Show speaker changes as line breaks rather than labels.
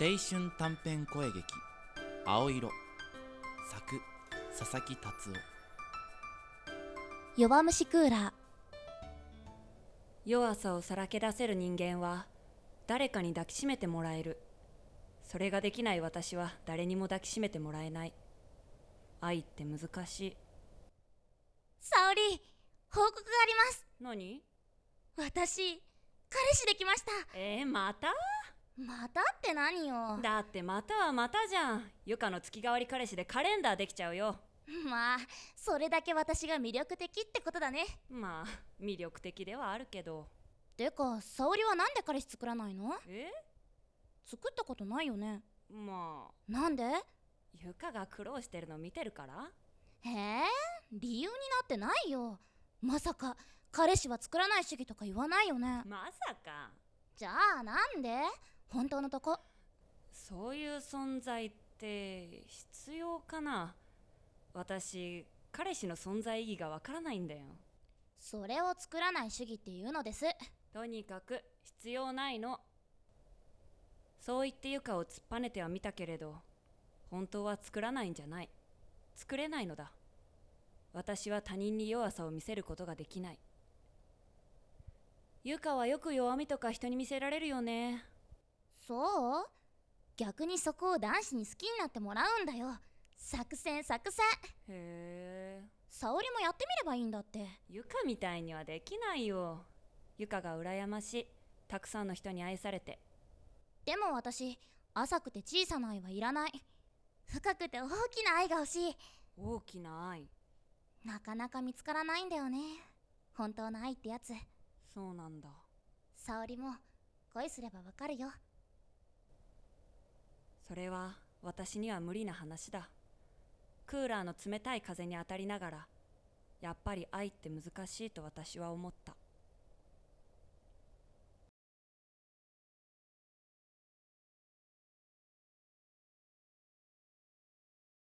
青春短編声劇「青色」作佐々木達夫
弱虫クーラー
弱さをさらけ出せる人間は誰かに抱きしめてもらえるそれができない私は誰にも抱きしめてもらえない愛って難しい
沙織報告があります
何
私彼氏できました
えー、また
またって何よ
だってまたはまたじゃんゆかの月替わり彼氏でカレンダーできちゃうよ
まあそれだけ私が魅力的ってことだね
まあ魅力的ではあるけど
てか沙織はなんで彼氏作らないの
え
作ったことないよね
まあ
なんで
ゆかが苦労してるの見てるから
へえ理由になってないよまさか彼氏は作らない主義とか言わないよね
まさか
じゃあなんで本当のとこ
そういう存在って必要かな私彼氏の存在意義がわからないんだよ
それを作らない主義っていうのです
とにかく必要ないのそう言ってゆかを突っぱねてはみたけれど本当は作らないんじゃない作れないのだ私は他人に弱さを見せることができないゆかはよく弱みとか人に見せられるよね
そう逆にそこを男子に好きになってもらうんだよ作戦作戦
へえ
沙織もやってみればいいんだって
ゆかみたいにはできないよゆかが羨ましいたくさんの人に愛されて
でも私浅くて小さな愛はいらない深くて大きな愛が欲しい
大きな愛
なかなか見つからないんだよね本当の愛ってやつ
そうなんだ
沙織も恋すればわかるよ
それは私には無理な話だクーラーの冷たい風に当たりながらやっぱり愛って難しいと私は思った